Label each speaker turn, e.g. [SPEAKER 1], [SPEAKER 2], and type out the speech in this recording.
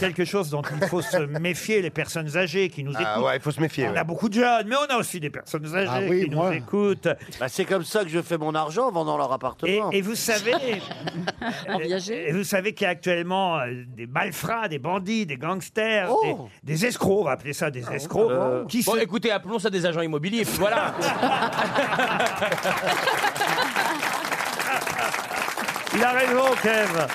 [SPEAKER 1] quelque chose dont il faut se méfier, les personnes âgées qui nous écoutent.
[SPEAKER 2] Ah ouais, il faut se méfier.
[SPEAKER 1] On a beaucoup de jeunes, mais on a aussi des personnes âgées
[SPEAKER 2] Ah oui,
[SPEAKER 1] qui nous
[SPEAKER 2] moi.
[SPEAKER 1] écoutent.
[SPEAKER 2] Bah, c'est comme ça que je fais mon argent en vendant leur
[SPEAKER 1] Et,
[SPEAKER 2] appartement.
[SPEAKER 1] et vous savez, et vous savez qu'il y a actuellement euh, des malfrats, des bandits, des gangsters,
[SPEAKER 2] Oh.
[SPEAKER 1] des, des escrocs, on va appeler ça
[SPEAKER 2] Ah,
[SPEAKER 1] des escrocs, qui
[SPEAKER 3] Bon,
[SPEAKER 1] se-
[SPEAKER 3] écoutez, appelons ça des agents immobiliers, et puis voilà.
[SPEAKER 1] Il a raison, Kev.